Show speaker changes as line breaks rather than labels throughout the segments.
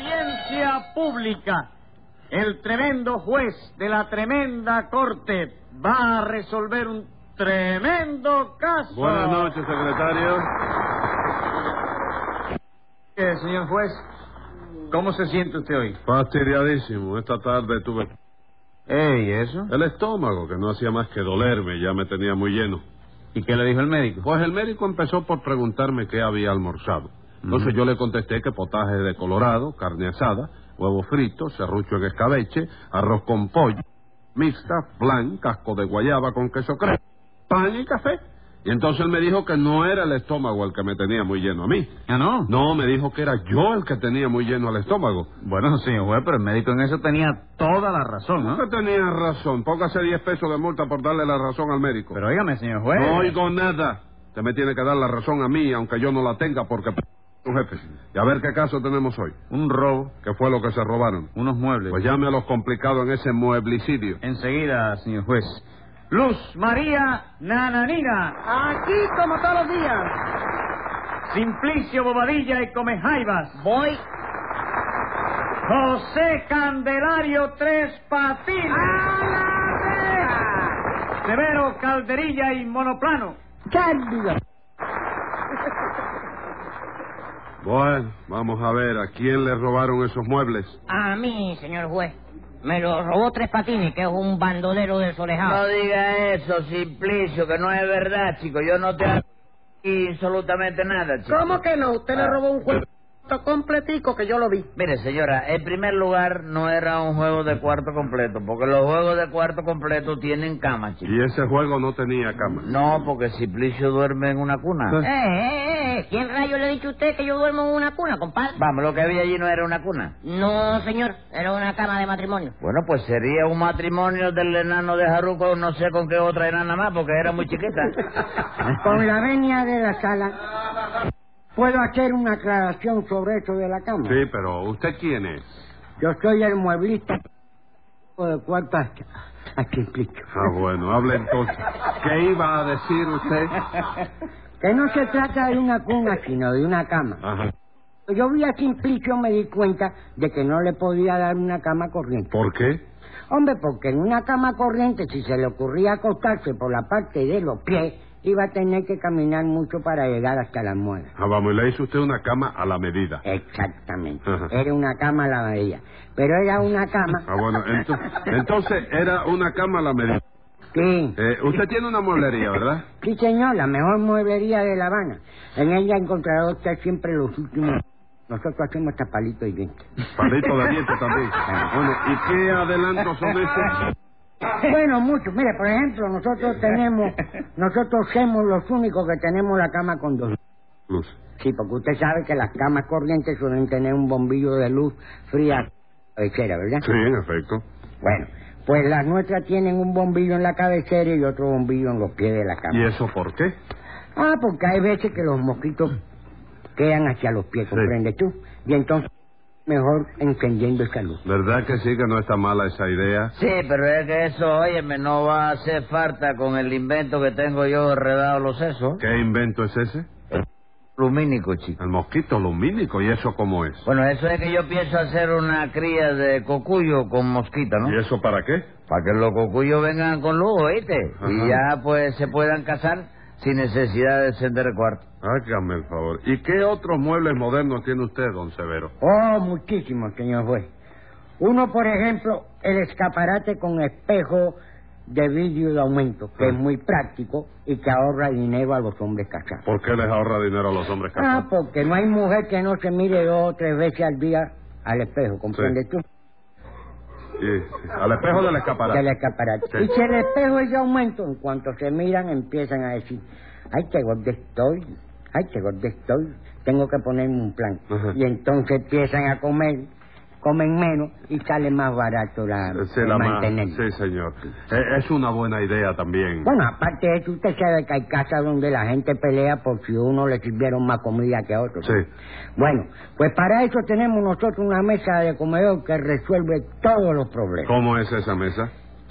Audiencia pública. El tremendo juez de la tremenda corte va a resolver un tremendo caso.
Buenas noches, secretario.
Eh, señor juez, ¿cómo se siente usted hoy?
Fastidiadísimo. Esta tarde tuve
Ey, ¿eso?
el estómago que no hacía más que dolerme. Ya me tenía muy lleno.
¿Y qué le dijo el médico?
Pues el médico empezó por preguntarme qué había almorzado. Entonces
Mm.
yo le contesté que potaje de colorado, carne asada, huevo frito, serrucho en escabeche, arroz con pollo, mixta, flan, casco de guayaba con queso crema, pan y café. Y entonces él me dijo que no era el estómago el que me tenía muy lleno a mí.
Ah, no.
No, me dijo que era yo el que tenía muy lleno al estómago.
Bueno, señor juez, pero el médico en eso tenía toda la razón, ¿no?
Usted tenía razón. Póngase 10 pesos de multa por darle la razón al médico.
Pero óigame, señor juez.
No oigo nada. Usted me tiene que dar la razón a mí, aunque yo no la tenga, porque... p- un jefe. Y a ver qué caso tenemos hoy.
Un robo,
¿Qué fue lo que se robaron?
unos muebles.
Pues llame a los complicados en ese mueblicidio.
Enseguida, señor juez. Luz María Nananina.
Aquí como todos los días.
Simplicio Bobadilla y Comejaivas.
Voy.
José Candelario Tres Patines.
Ah.
Severo Calderilla y Monoplano.
Cándido.
Bueno, vamos a ver, ¿a quién le robaron esos muebles?
A mí, señor juez. Me lo robó Tres Patines, que es un bandolero desorejado.
Ah.
No diga eso, Simplicio, que no es verdad, chico. Yo no te hago absolutamente nada, chico. Ah.
¿Cómo que no? Usted le robó un cuerpo completico que yo lo vi.
Mire, señora, en primer lugar, no era un juego de cuarto completo, porque los juegos de cuarto completo tienen cama, chico.
Y ese juego no tenía cama.
No, porque Simplicio duerme en una
Eh,
Pues-
cuna.
eh, eh, ¿Quién rayo le ha dicho a usted que yo duermo en una cuna, compadre?
Vamos, lo que había allí no era una cuna.
No, señor. Era una cama de matrimonio.
Bueno, pues sería un matrimonio del enano de Jaruco, no sé con qué otra enana más, porque era muy chiquita.
Con la venia de la sala, puedo hacer una aclaración sobre esto de la cama.
Sí, pero ¿usted quién es?
Yo soy el mueblista de cuarto a, a Chimplicio.
Ah, bueno, hable entonces. ¿Qué iba a decir usted?
Que no se trata de una cuna, sino de una cama.
Ajá.
Yo vi a Simplicio me di cuenta de que no le podía dar una cama corriente.
¿Por qué?
Hombre, porque en una cama corriente, si se le ocurría acostarse por la parte de los pies, iba a tener que caminar mucho para llegar hasta la almohada.
Ah, vamos, y le hizo usted una cama a la medida.
Exactamente.
Ajá.
Era una cama a la bahía. Pero era una cama.
Ah, bueno, ento- entonces era una cama a la medida.
Sí.
Eh, usted tiene una mueblería, ¿verdad?
Sí, señor, la mejor mueblería de La Habana. En ella encontrará usted siempre los últimos. Nosotros hacemos tapalito y dientes.
Palito de diente también. Ah, Bueno, ¿y qué adelantos son estos?
Bueno, mucho. Mire, por ejemplo, nosotros tenemos, nosotros somos los únicos que tenemos la cama con dos.
Luz.
Sí, porque usted sabe que las camas corrientes suelen tener un bombillo de luz fría, cabecera, ¿verdad?
Sí, en efecto.
Bueno, pues las nuestras tienen un bombillo en la cabecera y otro bombillo en los pies de la cama.
¿Y eso por qué?
Ah, porque hay veces que los mosquitos quedan hacia los pies,
Sí.
¿comprendes tú? Y entonces, mejor encendiendo esa luz.
¿Verdad que sí que no está mala esa idea?
Sí, pero es que eso, óyeme, no va a hacer falta con el invento que tengo yo redado los sesos.
¿Qué invento es ese?
Lumínico, chico.
El mosquito lumínico, ¿y eso cómo es?
Bueno, eso es que yo pienso hacer una cría de cocuyo con mosquita, ¿no?
¿Y eso para qué?
Para que los cocuyos vengan con luz, ¿oíste?
Ajá.
Y ya, pues, se puedan casar sin necesidad de encender el cuarto.
Hágame el favor. ¿Y qué otros muebles modernos tiene usted, don Severo?
Oh, muchísimo, señor juez. Uno, por ejemplo, el escaparate con espejo de vidrio de aumento, que
Ah.
es muy práctico y que ahorra dinero a los hombres casados.
¿Por qué les ahorra dinero a los hombres
Ah,
casados?
porque no hay mujer que no se mire dos o tres veces al día al espejo, ¿comprendes tú?
Y- al espejo del escaparate.
Del escaparate.
Sí.
Y si el espejo es de aumento, en cuanto se miran, empiezan a decir, ay, qué gordo estoy, ay, qué gordo estoy, tengo que ponerme un plan.
Ajá.
Y entonces empiezan a comer, comen menos y sale más barato la,
Sí,
el
la ma-
mantener.
sí, señor. E- es una buena idea también.
Bueno, aparte de eso, usted sabe que hay casas donde la gente pelea por si uno le sirvieron más comida que a otro.
Sí.
Bueno, pues para eso tenemos nosotros una mesa de comedor que resuelve todos los problemas.
¿Cómo es esa mesa?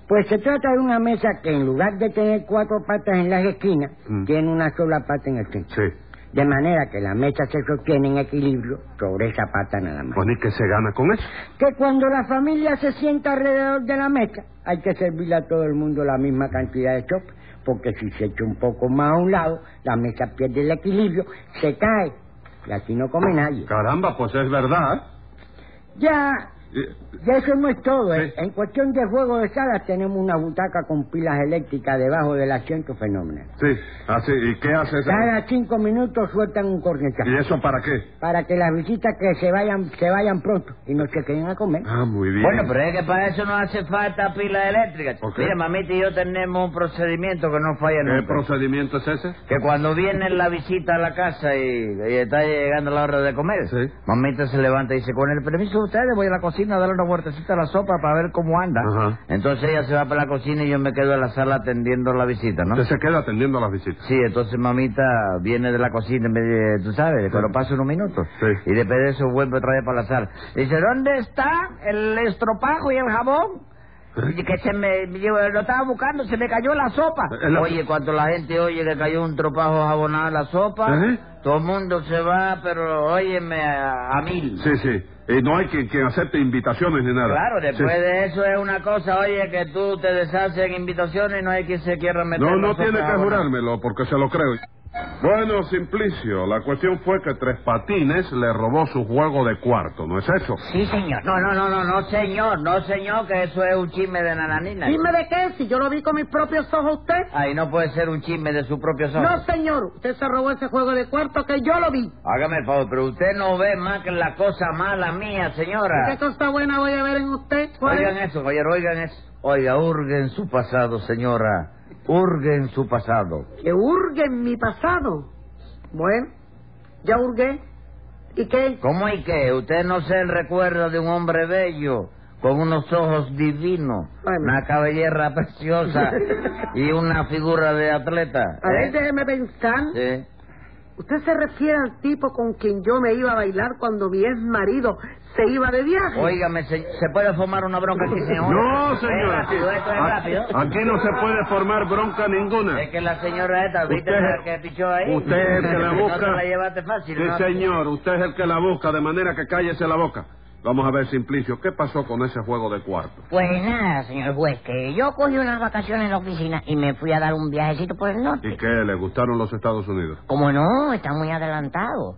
Pues se trata de una mesa que en lugar de tener cuatro patas en las esquinas,
Mm.
tiene una sola pata en el centro.
Sí.
De manera que la mesa se sostiene en equilibrio sobre esa pata nada más.
Bueno, ¿y qué Pues se gana con eso?
Que cuando la familia se sienta alrededor de la mesa, hay que servirle a todo el mundo la misma cantidad de sopa, porque si se echa un poco más a un lado, la mesa pierde el equilibrio, se cae, y aquí no come nadie.
Caramba, pues es verdad.
Ya,
Eh,
ya eso no es todo. ¿eh?
Sí.
En cuestión de juego de salas, tenemos una butaca con pilas eléctricas debajo del asiento fenomenal.
Sí, así, ¿y qué hace esa?
Cada cinco minutos sueltan un cornetazo.
¿Y eso para qué?
Para que las visitas que se vayan, se vayan pronto y no se queden a comer.
Ah, muy bien.
Bueno, pero es que para eso no hace falta pila eléctrica.
¿Por qué?
Mira, mamita y yo tenemos un procedimiento que no falla
¿Qué
nunca.
procedimiento es ese?
Que cuando viene la visita a la casa y, y está llegando la hora de comer,
Sí.
mamita se levanta y dice, con el permiso de ustedes voy a la cocina a darle una vueltecita a la sopa para ver cómo anda.
Ajá.
Entonces ella se va para la cocina y yo me quedo en la sala atendiendo la visita, ¿no?
Usted se queda atendiendo a las visitas.
Sí, entonces mamita viene de la cocina, y me dice, tú sabes, pero pasa unos minutos.
Sí.
Y después de eso vuelve otra vez para la sala. Dice, ¿dónde está el estropajo y el jabón? Y Que se me, yo lo estaba buscando, se me cayó la sopa.
Eh, la-
Oye, cuando la gente oye que cayó un tropajo jabonado en la sopa,
Ajá.
todo el mundo se va, pero óyeme, a, a mil.
Sí, sí. Y no hay quien, quien acepte invitaciones ni nada.
Claro, después
Sí.
de eso es una cosa, oye, que tú te deshaces en invitaciones y no hay quien se quiera meter
No,
la
no
sopa
tiene que
jabonada.
jurármelo porque se lo creo. Bueno, Simplicio, la cuestión fue que Tres Patines le robó su juego de cuarto, ¿no es eso?
Sí, señor.
No, no, no, no, no, señor, no, señor, que eso es un chisme de nananina.
Dime de qué, si yo lo vi con mis propios ojos usted.
Ay, no puede ser un chisme de su propio ojos.
No, señor, usted se robó ese juego de cuarto que yo lo vi.
Hágame el favor, pero usted no ve más que la cosa mala mía,
¿Qué
señora.
cosa buena voy a ver en usted? ¿Cuál
Oigan
es?
eso, caballero, oigan eso. Oiga, hurguen su pasado, señora. Hurguen su pasado.
Que hurgue en mi pasado. Bueno, ya hurgué. ¿Y qué?
¿Cómo y qué? Usted no se recuerda de un hombre bello, con unos ojos divinos,
Bueno.
una cabellera preciosa y una figura de atleta.
A ver,
¿eh?
déjeme pensar.
Sí.
¿Usted se refiere al tipo con quien yo me iba a bailar cuando mi ex marido se iba de viaje?
Óigame, se, ¿se puede formar una bronca aquí, señor?
No,
Es
señora. aquí-
rápido, esto es rápido.
a- Aquí no se puede formar bronca ninguna.
Es que la señora esta, ¿viste
Usted-
la que pichó ahí?
Usted es el que la busca.
No te la llevaste fácil,
Sí,
¿no?
señor, usted es el que la busca, de manera que cállese la boca. Vamos a ver, Simplicio, ¿qué pasó con ese juego de cuarto?
Pues nada, señor juez, que yo cogí unas vacaciones en la oficina y me fui a dar un viajecito por el norte.
¿Y qué? ¿Le gustaron los Estados Unidos?
Como no, está muy adelantado.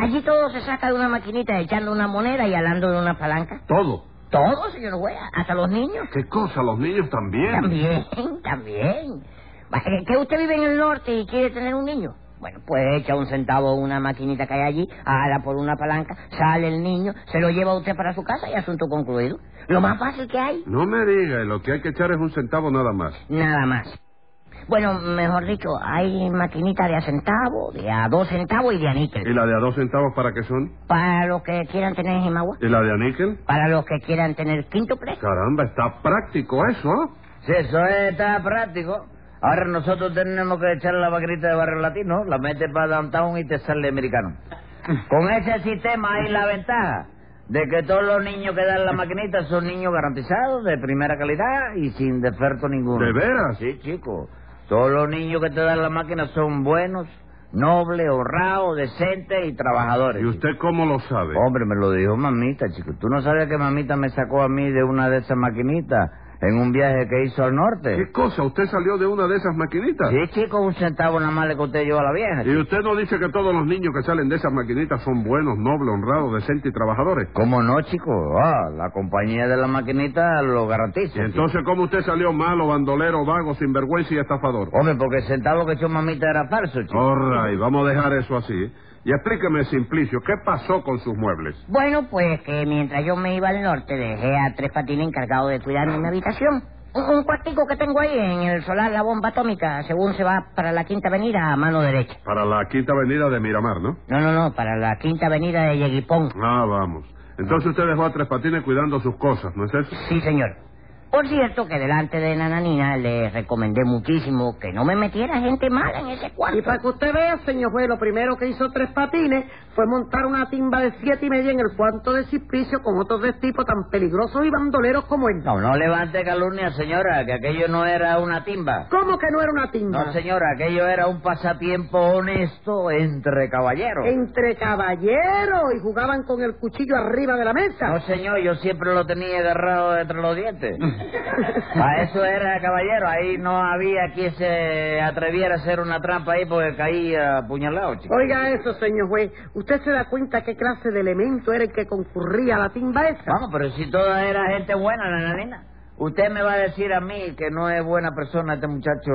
Allí todo se saca de una maquinita echando una moneda y hablando de una palanca.
¿Todo?
Todo, señor juez, hasta los niños.
¿Qué cosa? ¿Los niños también?
También, también. Va, eh, Que usted vive en el norte y quiere tener un niño. Bueno, pues echa un centavo a una maquinita que hay allí, ala por una palanca, sale el niño, se lo lleva usted para su casa y asunto concluido. Lo más fácil que hay,
No me diga, y lo que hay que echar es un centavo nada más.
nada más. Bueno, mejor dicho, hay maquinita de a centavo, de a dos centavos y de a
¿Y
níquel.
la de a dos centavos para qué son?
Para los que quieran tener jimagua,
¿Y la de a níquel?
para los que quieran tener quíntuple.
Caramba, está práctico eso, ¿ah?
Sí, eso es- está práctico. Ahora nosotros tenemos que echar la vaquerita de barrio latino, la metes para downtown y te sale americano. Con ese sistema hay la ventaja de que todos los niños que dan la maquinita son niños garantizados, de primera calidad y sin defecto ninguno.
¿De veras?
Sí, chico. Todos los niños que te dan la máquina son buenos, nobles, honrados, decentes y trabajadores.
¿Y usted cómo lo sabe?
Hombre, me lo dijo mamita, chico. ¿Tú no sabes que mamita me sacó a mí de una de esas maquinitas en un viaje que hizo al norte?
¿Qué cosa? ¿Usted salió de una de esas maquinitas?
Sí, chico, un centavo nada más le conté yo a la vieja.
¿Y usted no dice que todos los niños que salen de esas maquinitas son buenos, nobles, honrados, decentes y trabajadores?
¿Cómo no, chico? Ah, la compañía de la maquinita lo garantiza.
¿Y entonces cómo usted salió malo, bandolero, vago, sinvergüenza y estafador?
chico. Hombre, porque el centavo que echó mamita era falso, chico.
All right, vamos a dejar eso así. ¿eh? Y explíqueme, Simplicio, ¿qué pasó con sus muebles?
Bueno, pues que mientras yo me iba al norte dejé a Tres Patines encargado de cuidarme en mi habitación. Un, un cuartico que tengo ahí en el solar La Bomba Atómica, según se va para la Quinta Avenida a mano derecha.
Para la quinta avenida de Miramar, ¿no?
No, no, no, para la Quinta Avenida de Yeguipón.
Ah, vamos. Entonces usted dejó a Tres Patines cuidando sus cosas, ¿no es eso?
Sí, señor. Por cierto, que delante de Nananina le recomendé muchísimo que no me metiera gente mala en ese cuarto.
Y para que usted vea, señor juez, lo primero que hizo Tres Patines fue montar una timba de siete y media en el cuarto de Cipricio con otros de tipo tan peligrosos y bandoleros como él.
No, no levante calumnia, señora, que aquello no era una timba.
¿Cómo que no era una timba?
No, señora, aquello era un pasatiempo honesto entre caballeros.
Entre caballeros y jugaban con el cuchillo arriba de la mesa.
No, señor, yo siempre lo tenía agarrado entre los dientes. Para eso era caballero, ahí no había quien se atreviera a hacer una trampa ahí porque caía apuñalado, chico.
Oiga eso, señor juez. ¿Usted se da cuenta qué clase de elemento era el que concurría a la timba esa?
Vamos, pero si toda era gente buena, nananina. Usted me va a decir a mí que no es buena persona este muchacho,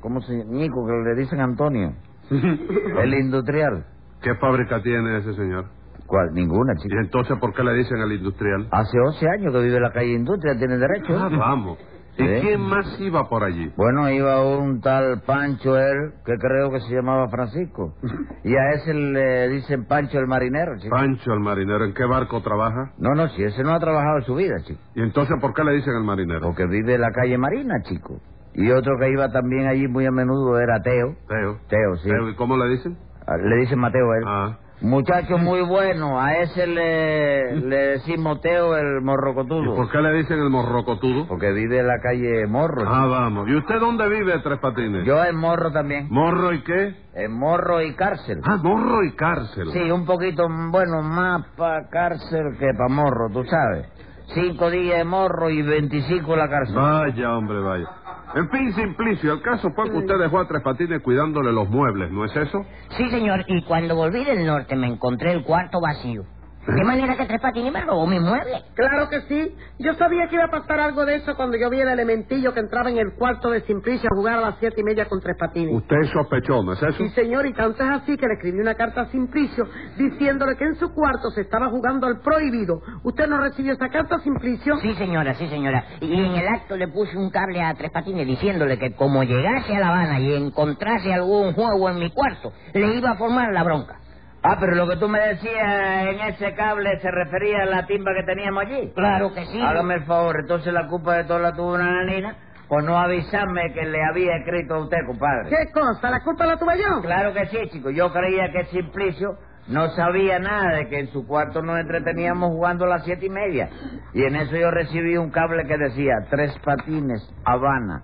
¿cómo se llama? Nico, que le dicen Antonio. El industrial.
¿Qué fábrica tiene ese señor?
¿Cuál? Ninguna,
¿Y
chico.
entonces por qué le dicen al industrial?
Hace 11 años que vive en la calle Industria, tiene derecho.
Ah, vamos. ¿Y
Sí.
quién más iba por allí?
Bueno, iba un tal Pancho él, que creo que se llamaba Francisco. Y a ese le dicen Pancho el marinero, chico.
Pancho el marinero, ¿en qué barco trabaja?
No, no, si ese no ha trabajado en su vida, chico.
¿Y entonces por qué le dicen al marinero?
Porque vive en la calle Marina, chico. Y otro que iba también allí muy a menudo era Teo.
Teo.
Teo, sí.
Teo, ¿y cómo le dicen?
Ah, Le dicen Mateo a él.
Ah.
Muchacho muy bueno, a ese le, le decimos Teo el
¿Y
morrocotudo.
por qué le dicen el morrocotudo?
Porque vive en la calle Morro. chico.
Ah, vamos. ¿Y usted dónde vive, Tres Patines?
Yo en Morro también.
¿Morro y qué?
En Morro y cárcel.
Ah, morro y cárcel.
Sí, un poquito, bueno, más para cárcel que para morro, tú sabes. Cinco días de morro y veinticinco la cárcel.
Vaya, hombre, vaya. En fin, Simplicio, el caso fue que usted dejó a Tres Patines cuidándole los muebles, ¿no es eso?
Sí, señor, y cuando volví del norte me encontré el cuarto vacío. De manera que Tres Patines me robó mi mueble.
Claro que sí. Yo sabía que iba a pasar algo de eso cuando yo vi el elementillo que entraba en el cuarto de Simplicio a jugar a las siete y media con tres patines.
Usted sospechó, ¿no es eso?
Sí, señor, y tanto es así que le escribí una carta a Simplicio diciéndole que en su cuarto se estaba jugando al prohibido. ¿Usted no recibió esa carta, Simplicio?
Sí, señora, sí, señora. Y en el acto le puse un cable a Tres Patines diciéndole que como llegase a La Habana y encontrase algún juego en mi cuarto, le iba a formar la bronca.
Ah, pero lo que tú me decías en ese cable se refería a la timba que teníamos allí.
Claro que sí.
Hágame el favor, entonces la culpa de todo la tuvo una nanina por no avisarme que le había escrito a usted, compadre.
¿Qué cosa? ¿La culpa la tuve yo?
Claro que sí, chico. Yo creía que Simplicio no sabía nada de que en su cuarto nos entreteníamos jugando a las siete y media. Y en eso yo recibí un cable que decía, tres patines, Habana.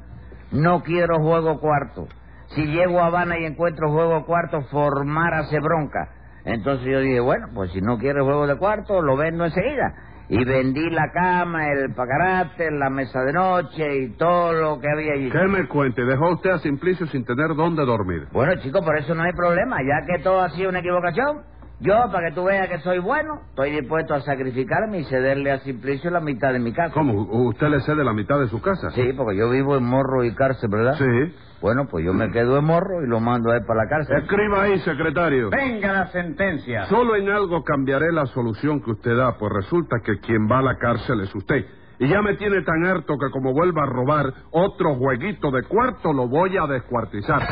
No quiero juego cuarto. Si llego a Habana y encuentro juego cuarto, formar hace bronca. Entonces yo dije, bueno, pues si no quiere juego de cuarto, lo vendo enseguida. Y vendí la cama, el pacarate, la mesa de noche y todo lo que había allí.
¿Qué me cuente? ¿Dejó usted a Simplicio sin tener dónde dormir?
Bueno, chicos, por eso no hay problema, ya que todo ha sido una equivocación. Yo, para que tú veas que soy bueno, estoy dispuesto a sacrificarme y cederle a Simplicio la mitad de mi casa.
¿Cómo? ¿U- ¿Usted le cede la mitad de su casa?
Sí, porque yo vivo en morro y cárcel, ¿verdad?
Sí.
Bueno, pues yo me quedo en morro y lo mando a él para la cárcel.
Escriba ahí, secretario.
Venga la sentencia.
Solo en algo cambiaré la solución que usted da, pues resulta que quien va a la cárcel es usted. Y ya me tiene tan harto que como vuelva a robar otro jueguito de cuarto lo voy a descuartizar.